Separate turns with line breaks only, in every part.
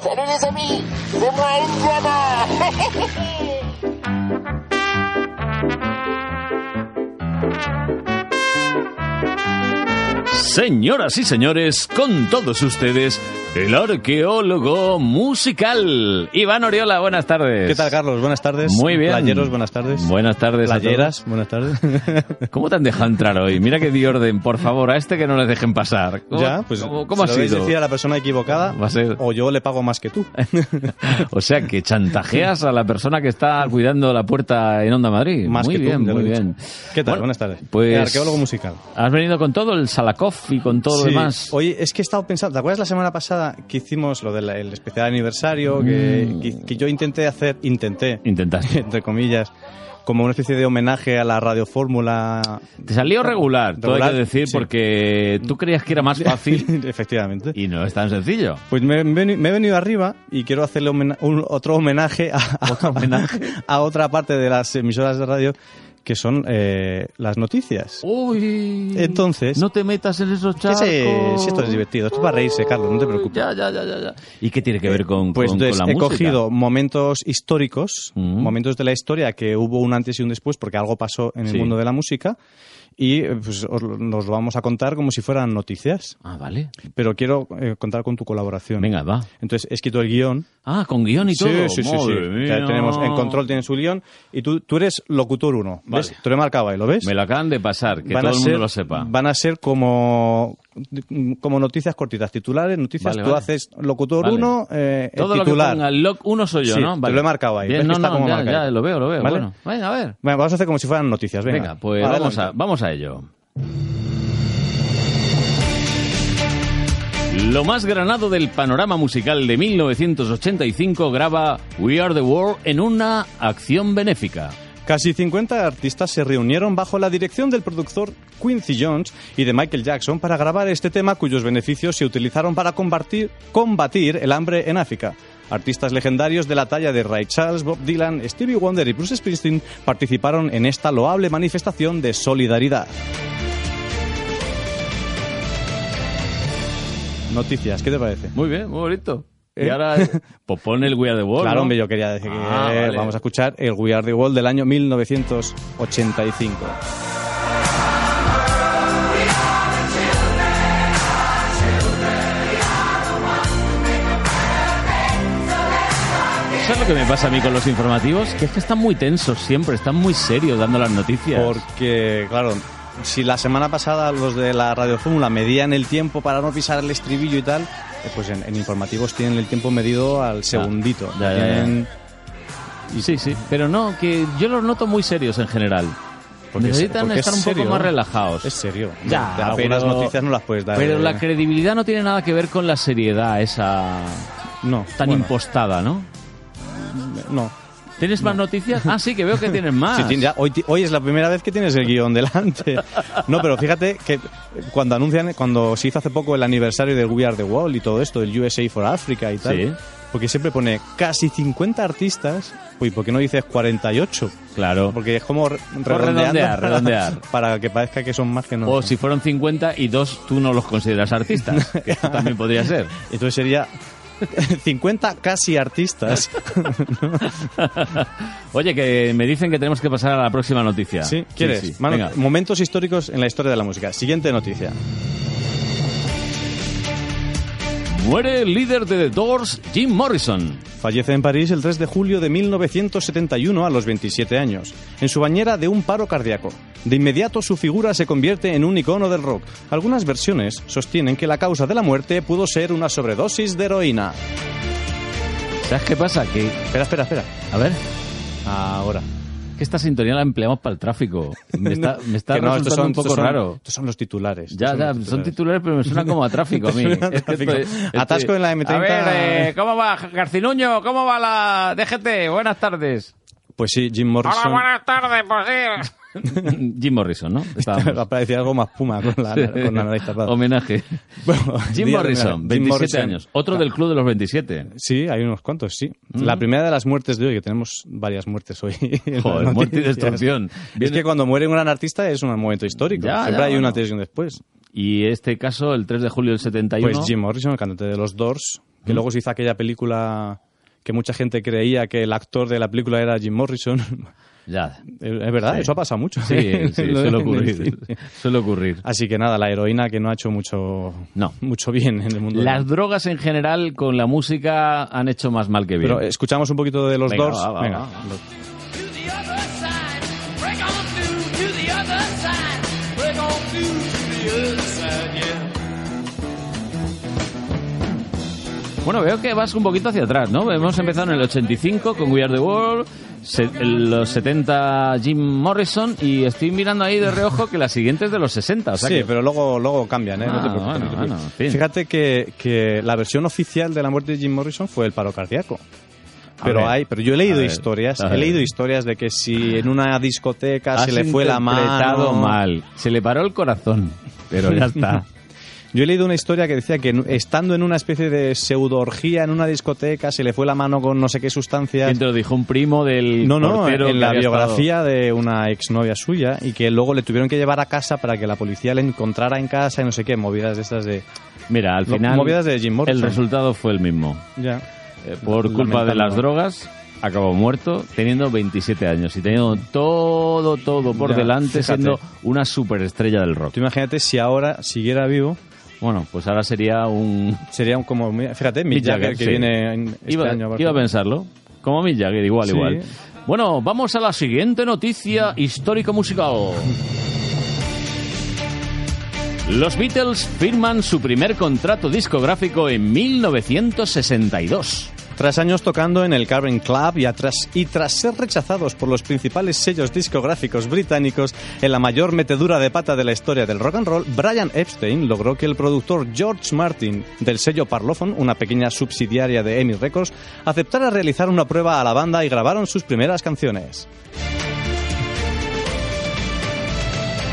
Saludos a mí, de mañana.
Señoras y señores, con todos ustedes, el arqueólogo musical. Iván Oriola, buenas tardes.
¿Qué tal, Carlos? Buenas tardes.
Muy bien.
Playeros, buenas tardes.
Buenas tardes. a
Playeras, buenas tardes.
todos. ¿Cómo te han dejado entrar hoy? Mira que di orden, por favor, a este que no le dejen pasar. ¿Cómo,
ya, pues
¿cómo, cómo ha
se lo vais a
sido?
decir a la persona equivocada
Va a ser-
o yo le pago más que tú.
O sea, que chantajeas a la persona que está cuidando la puerta en Onda Madrid.
Más
muy
que tú,
bien,
ya lo
muy
he dicho.
bien.
¿Qué tal?
Bueno,
buenas tardes.
Pues,
El arqueólogo musical.
Has venido con todo el Salakov y con todo lo
Sí.
demás.
Oye, es que he estado pensando, ¿te acuerdas la semana pasada que hicimos lo del el especial aniversario? Que,
Mm.
que- que yo intenté hacer, intenté,
Intentaste.
entre comillas, como una especie de homenaje a la radiofórmula.
Te salió regular, todo hay
Regular,
que decir,
sí.
porque tú creías que era más fácil
Efectivamente.
y no es tan sencillo.
Pues me, me he veni- me he venido arriba y quiero hacerle homena- un- otro homenaje a, a- a otra parte de las emisoras de radio que son eh, las noticias.
Uy.
Entonces-
No te metas en esos
Que
charcos.
se- si esto es divertido, esto es para reírse, Carlos, no te preocupes.
Ya, ya, ya, ya. ya. ¿Y qué tiene que ver con,
Pues
con- con
entonces
la
he
música?
cogido momentos históricos,
Mm.
momentos de la historia que hubo un antes y un después porque algo pasó en el
Sí.
mundo de la música y eh, pues, os lo- nos lo vamos a contar como si fueran noticias.
Ah, vale.
Pero quiero eh, contar con tu colaboración.
Venga, va.
Entonces he escrito el guión.
Ah, con guión y
Sí,
todo.
sí, sí, sí.
Madre
O sea,
mía.
tenemos en control tienen su guión y tú, tú eres locutor uno. ¿Ves?
Vale.
Te lo he marcado ahí, ¿lo ves?
Me lo acaban de pasar, que todo el mundo lo sepa.
Van a ser como, como noticias cortitas, titulares, noticias.
Vale,
tú
vale.
haces locutor
Vale.
uno, eh,
todo
el
lo que
titular.
ponga el lock uno soy yo,
Sí,
¿no?
te lo he marcado ahí.
Bien,
Ves que
no,
está
no,
como
ya,
marcado.
ya, lo veo, lo veo.
¿Vale?
Bueno, venga, a ver.
Venga, vamos a hacer como si fueran noticias. Venga,
Venga, pues
Adelante.
vamos a, vamos a ello. Lo más granado del panorama musical de 1985 graba We Are the World en una acción benéfica.
Casi 50 artistas se reunieron bajo la dirección del productor Quincy Jones y de Michael Jackson para grabar este tema cuyos beneficios se utilizaron para combatir, combatir el hambre en África. Artistas legendarios de la talla de Ray Charles, Bob Dylan, Stevie Wonder y Bruce Springsteen participaron en esta loable manifestación de solidaridad. Noticias, ¿qué te parece?
Muy bien, muy bonito. Y
¿Eh?
ahora, pues pon el We Are the World.
Claro,
¿no?
hombre, yo quería decir que
Ah,
eh,
vale.
vamos a escuchar el We Are the World del año 1985.
¿Sabes lo que me pasa a mí con los informativos? Que es que están muy tensos siempre, están muy serios dando las noticias.
Porque, claro, si la semana pasada los de la Radio Fórmula medían el tiempo para no pisar el estribillo y tal, eh, pues en, en informativos tienen el tiempo medido al segundito.
Ah. ya, ya, ya.
Tienen-
Sí, sí. Pero no, que yo los noto muy serios en general.
Porque es-
Necesitan
porque es
estar un poco
serio.
más relajados.
Es serio.
Pues Ya,
Hombre, apenas
pero-
noticias no las puedes dar.
Pero
eh.
la credibilidad no tiene nada que ver con la seriedad esa
no,
tan
bueno,
impostada, ¿no?
No.
¿Tienes más noticias? Ah, sí, que veo que tienes más.
Sí, tien- ya, hoy, ti- hoy es la primera vez que tienes el guión delante. No, pero fíjate que cuando anuncian, cuando se hizo hace poco el aniversario del We Are the World y todo esto, del USA for Africa y tal,
Sí.
porque siempre pone casi 50 artistas, uy, ¿por qué no dices 48?
Claro.
Porque es como re-
Por redondear,
redondeando para-
redondear. Oh,
para que parezca que son más que no.
O
son.
si fueron 50 y dos tú no los consideras artistas. que esto también podría ser.
Entonces sería 50 casi artistas.
Oye, que me dicen que tenemos que pasar a la próxima noticia.
¿Sí? ¿Quieres?
sí.
Mano-
Venga.
Momentos históricos en la historia de la música. Siguiente noticia.
Muere el líder de The Doors, Jim Morrison.
Fallece en París el 3 de julio de 1971 a los 27 años, en su bañera de un paro cardíaco. De inmediato su figura se convierte en un icono del rock. Algunas versiones sostienen que la causa de la muerte pudo ser una sobredosis de heroína.
¿Sabes qué pasa? Que,
Espera, espera, espera.
a ver,
Ahora.
que esta sintonía la empleamos para el tráfico. Me está, me está
Que no,
resultando
estos son-
un poco
estos son-
raro.
Estos son los titulares.
Ya,
estos
ya,
los
son titulares, pero me suena como a tráfico a mí.
Suena a
Es que
tráfico. Atasco en la M30.
A ver, eh, ¿cómo va Garcinuño? ¿Cómo va la DGT? Buenas tardes.
Pues sí, Jim Morrison.
tardes, pues sí. Jim Morrison, ¿no? Estábamos.
Va a parecer algo más puma con la, con la nariz tapada.
Homenaje.
Bueno,
Jim
día de
Morrison,
homenaje. Jim
27
Morrison.
años. Mm. Otro del club de los 27.
Sí, hay unos cuantos, sí. La primera de las muertes de hoy, que tenemos varias muertes hoy. en las
Joder, muerte y
noticias.
destrucción.
Es
Viene-
que cuando muere un gran artista es un momento histórico.
Ya,
Siempre
ya,
hay
bueno.
una antes y un después.
Y este caso, el 3 de julio del 71.
Pues Jim Morrison, el cantante de los Doors,
Mm.
que luego se hizo aquella película que mucha gente creía que el actor de la película era Jim Morrison.
Ya.
Es es verdad,
Sí.
eso ha pasado mucho.
Sí,
¿eh?
sí, suele
En el
ocurrir.
cine.
Suele ocurrir.
Así que nada, la heroína que no ha hecho mucho,
No.
mucho bien en el mundo. del-
Las drogas en general con la música han hecho más mal que bien.
Pero escuchamos un poquito de los
Venga,
Doors.
va, va,
Venga.
va, va.
to the other side. Break on through to the other side. Break on through to the other side, yeah.
Bueno, veo que vas un poquito hacia atrás, ¿no? Hemos empezado en el 85 con We Are the World, se- en los 70 Jim Morrison y estoy mirando ahí de reojo que la siguiente es de los 60. O sea
sí,
que-
pero luego, luego cambian, ¿eh? No
Ah,
te preocupes,
bueno,
no te preocupes.
bueno, en fin.
Fíjate que, que la versión oficial de la muerte de Jim Morrison fue el paro cardíaco.
A
Pero
ver,
hay, pero yo he
a
leído
ver,
historias,
a
he
ver. Ah.
leído historias de que si en una discoteca se
has
le fue la mano.
interpretado mal. Se le paró el corazón, pero ya está.
Yo he leído una historia que decía que en- estando en una especie de pseudorgía en una discoteca se le fue la mano con no sé qué sustancias.
¿Quién te lo dijo? ¿Un primo del
No, no,
portero que
en la
había estado?
biografía de una exnovia suya y que luego le tuvieron que llevar a casa para que la policía le encontrara en casa y no sé qué, movidas de estas de...
Mira, al
Lo-
final
movidas de Jim Morrison.
el resultado fue el mismo.
Ya.
Eh, Por culpa de
Lamentable.
las drogas acabó muerto teniendo 27 años y teniendo todo, todo por
Ya,
delante
fíjate.
siendo una superestrella del rock.
Tú imagínate si ahora siguiera vivo,
Bueno, pues ahora sería un...
sería un como... Fíjate, Mick
Mick Jagger,
Jagger, que
sí.
viene en este
iba, iba
año. a
a
Barcelona.
pensarlo. Como Mick Jagger, igual,
Sí.
igual. Bueno, vamos a la siguiente noticia histórico-musical. Los Beatles firman su primer contrato discográfico en 1962.
Tras años tocando en el Cavern Club y, atras- y tras ser rechazados por los principales sellos discográficos británicos en la mayor metedura de pata de la historia del rock and roll, Brian Epstein logró que el productor George Martin del sello Parlophone, una pequeña subsidiaria de EMI Records, aceptara realizar una prueba a la banda y grabaron sus primeras canciones.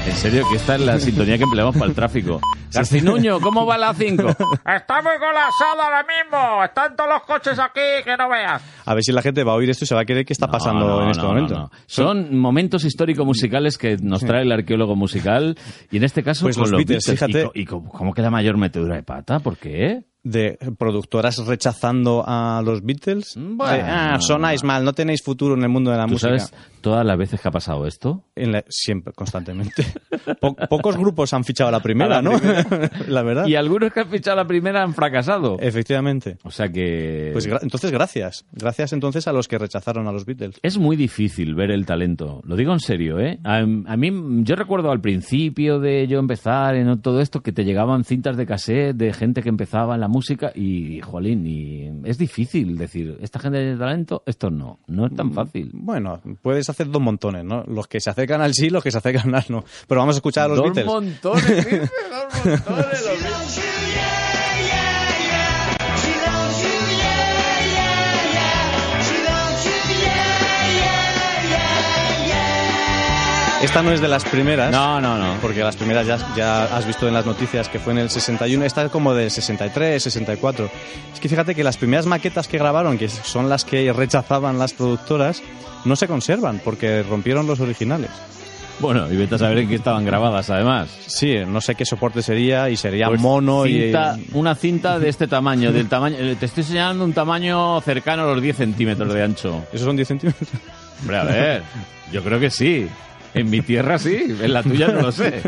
En serio, que esta es la sintonía que empleamos para el tráfico. Garcinuño, ¿cómo va la 5?
Estamos con la sala ahora mismo. Están todos los coches aquí, que no veas.
A ver si la gente va a oír esto y se va a creer que está pasando
No, no,
en este
no,
momento.
no, no. Son momentos histórico-musicales que nos trae el arqueólogo musical y en este caso
Pues
con
los
los
Beatles,
Beatles.
fíjate.
¿Y co- ¿Y, co- cómo queda mayor metedura de pata? ¿Por qué?
de productoras rechazando a los Beatles.
Bueno.
De, ah, sonáis mal, no tenéis futuro en el mundo de la
¿Tú
música.
sabes todas las veces que ha pasado esto?
En la- siempre, constantemente. Po- pocos grupos han fichado a la primera,
A la
¿no? la verdad.
Y algunos que han fichado la primera han fracasado.
Efectivamente.
O sea que...
Pues gra- entonces, gracias. Gracias entonces a los que rechazaron a los Beatles.
Es muy difícil ver el talento, lo digo en serio, ¿eh? A, a mí, yo recuerdo al principio de yo empezar en todo esto que te llegaban cintas de cassette de gente que empezaba en la música y, jolín, y es difícil decir, esta gente tiene talento, estos no, no es tan
Mm,
fácil.
Bueno, puedes hacer dos montones, ¿no? Los que se acercan al sí, los que se acercan al no. Pero vamos a escuchar a los
Dos
Beatles.
montones, dice, dos montones, los Beatles.
Esta no es de las primeras.
No, no, no.
Porque las primeras ya, ya has visto en las noticias que fue en el 61, esta es como del 63, 64. Es que fíjate que las primeras maquetas que grabaron, que son las que rechazaban las productoras, no se conservan porque rompieron los originales.
Bueno, y vete a saber en qué estaban grabadas, además.
Sí, no sé qué soporte sería y sería
Pues
mono
cinta-
y...
Una cinta de este tamaño, del tamaño... eh, Te estoy señalando un tamaño cercano a los 10 centímetros de ancho.
¿Esos son 10 centímetros?
Hombre, a ver, yo creo que sí. En mi tierra sí, en la tuya no lo sé.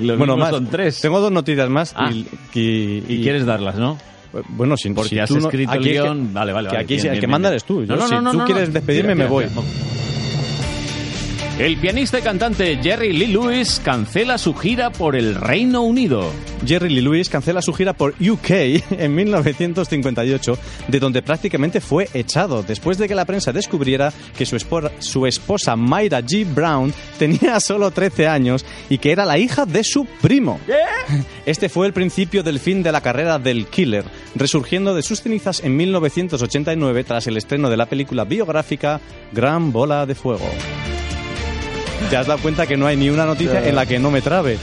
Lo mismo
más,
son tres.
Tengo dos noticias más
Ah.
y, y-
Y quieres darlas, ¿no?
Bueno, si,
Porque
si
has
tú no-
escrito el
aquí el que-
guión. Vale, vale,
que
vale.
aquí
bien,
si- el
bien,
que
bien,
manda
bien.
eres tú. Yo,
No, no,
si
no, no,
tú
no,
quieres
no.
despedirme,
Tira,
me
tira,
voy.
tira. El pianista y cantante Jerry Lee Lewis cancela su gira por el Reino Unido.
Jerry Lee Lewis cancela su gira por UK en 1958, de donde prácticamente fue echado después de que la prensa descubriera que su, espor- su esposa Myra G. Brown tenía solo 13 años y que era la hija de su primo. Este fue el principio del fin de la carrera del Killer, resurgiendo de sus cenizas en 1989 tras el estreno de la película biográfica Gran Bola de Fuego. Te has dado cuenta que no hay ni una noticia en la que no me trabe.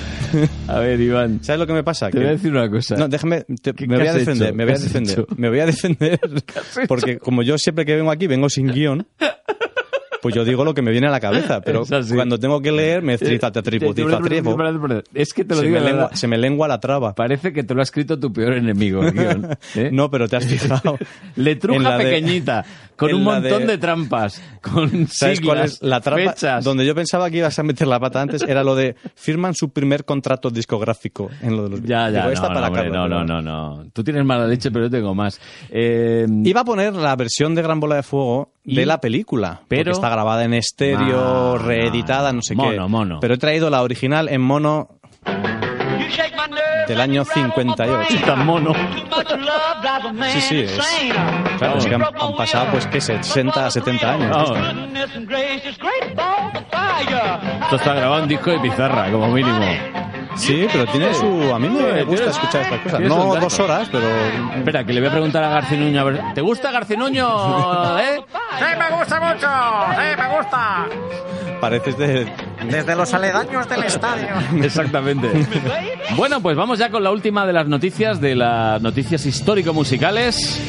A ver, Iván,
¿Sabes lo que me pasa?
te voy a
Que-
decir una cosa.
no, déjame, te-
¿Qué-
me
qué
voy a
has hecho?
defender, me voy
¿Qué
a
has
defender,
hecho?
me voy a defender,
has hecho?
porque como yo siempre que vengo aquí vengo sin guión, Pues yo digo lo que me viene a la cabeza, pero
Es así.
cuando tengo que leer me
Eh,
trita, te tripo, trita, tripo.
Es que te lo
Se
digo
me,
de
lengua,
verdad.
se me lengua la traba.
Parece que te lo ha escrito tu peor enemigo. el guión, ¿eh?
No, pero te has fijado. En
Letruja
la de-
pequeñita, con
en
un
la
montón de...
de-
trampas, con
¿Sabes cuál
siglas,
es la trampa?
fechas.
Donde yo pensaba que ibas a meter la pata antes era lo de firman su primer contrato discográfico en lo de los
Ya, ya,
Digo,
no,
esta
no,
para
hombre,
Carlos,
no,
pero
no, no, no. Tú tienes mala leche, pero yo tengo más. Eh,
Iba a poner la versión de Gran Bola de Fuego
Y-
de la película,
pero-
porque está grabada en estéreo,
Ah,
reeditada, no sé qué.
mono, mono.
Pero he traído la original en mono del año 58.
tan mono.
Sí, sí, es-
uh,
Claro, es que han, han pasado pues qué, 60, 70 años.
Ah, bueno. Esto está grabado en disco de pizarra, como mínimo.
Sí, pero tiene su... A mí me
Tiene-
gusta escuchar estas cosas.
tiene sus
No
datos.
dos horas, pero...
Espera, que le voy a preguntar a Garcinuño. a ver, ¿Te gusta Garcinuño, eh?
¡Sí, me gusta mucho! ¡Sí, me gusta!
Pareces de...
Desde los aledaños del estadio.
Exactamente. Bueno, pues vamos ya con la última de las noticias, de las noticias histórico-musicales.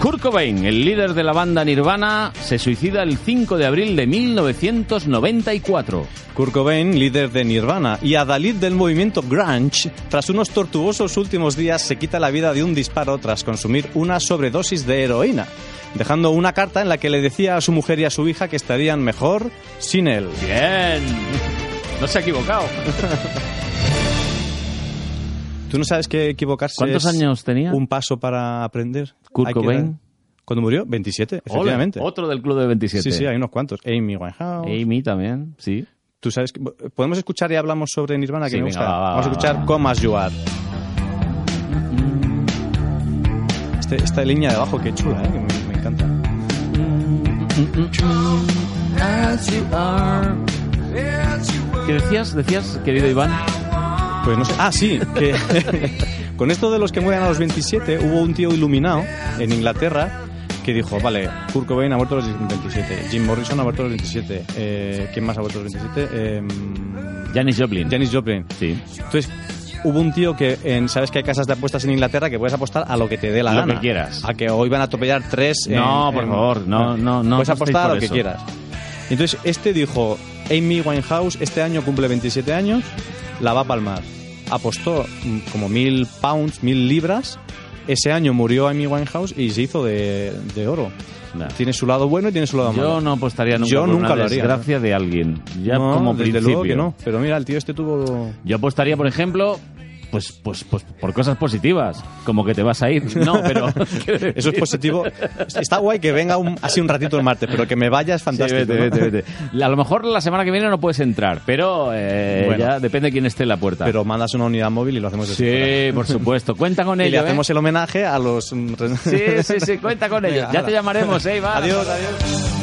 Kurt Cobain, el líder de la banda Nirvana, se suicida el 5 de abril de 1994.
Kurt Cobain, líder de Nirvana, y adalid del movimiento grunge, tras unos tortuosos últimos días se quita la vida de un disparo tras consumir una sobredosis de heroína, dejando una carta en la que le decía a su mujer y a su hija que estarían mejor sin él.
Bien. No se ha equivocado.
¿Tú no sabes que equivocarse
¿Cuántos
es
años tenía?
un paso para aprender?
Kurt
Hay que
Cobain.
dar- ¿Cuándo murió? 27, efectivamente.
Ole, otro del club de 27.
Sí, sí, hay unos cuantos. Amy Winehouse.
Amy también, sí.
Tú sabes que- podemos escuchar y hablamos sobre Nirvana que
Sí,
me
venga,
gusta.
va, va,
Vamos a
va,
escuchar
va.
Comas You Are. Este- esta línea de abajo qué chula, ¿eh? que me, me encanta.
¿Qué decías, decías, querido Iván?
Pues no sé. Ah, sí, que con esto de los que mueren a los 27 hubo un tío iluminado en Inglaterra que dijo, vale, Kurt Cobain ha muerto a los 27, Jim Morrison ha muerto a los 27, eh, ¿quién más ha muerto a los 27? Eh,
Janis Joplin.
Janis Joplin.
Sí.
Entonces, hubo un tío que, en, ¿sabes que hay casas de apuestas en Inglaterra que puedes apostar a lo que te dé la
Lo
gana?
que quieras.
A que hoy van a atropellar tres. en-
No, por
en-
favor, no, no, no
Puedes
apostéis
apostar a
por
lo que
eso.
quieras. Entonces, este dijo, Amy Winehouse este año cumple 27 años, la va a palmar. Apostó mm, como mil pounds, mil libras. Ese año murió Amy Winehouse y se hizo de, de oro.
Nah.
Tiene su lado bueno y tiene su lado malo.
Yo no apostaría nunca
Yo
por
nunca
una
lo haría,
desgracia de alguien. Ya
No,
como
desde
principio.
luego que no. Pero mira, el tío este tuvo...
Yo apostaría, por ejemplo, pues, pues, pues por cosas positivas, como que te vas a ir. No, pero
Eso es positivo. Está guay que venga un- así un ratito el martes, pero que me vaya es
Sí,
fantástico.
vete,
¿no?
vete, vete. A lo mejor la semana que viene no puedes entrar, pero eh,
Bueno.
ya depende de quién esté en la puerta.
Pero mandas una unidad móvil y lo hacemos desde fuera.
sí, por supuesto. Cuenta con ¿eh?
Y le
ellos.
hacemos el homenaje a los... Sí,
Sí, sí, sí, cuenta con ellos. Ya te llamaremos, eh, Iván.
Adiós, adiós.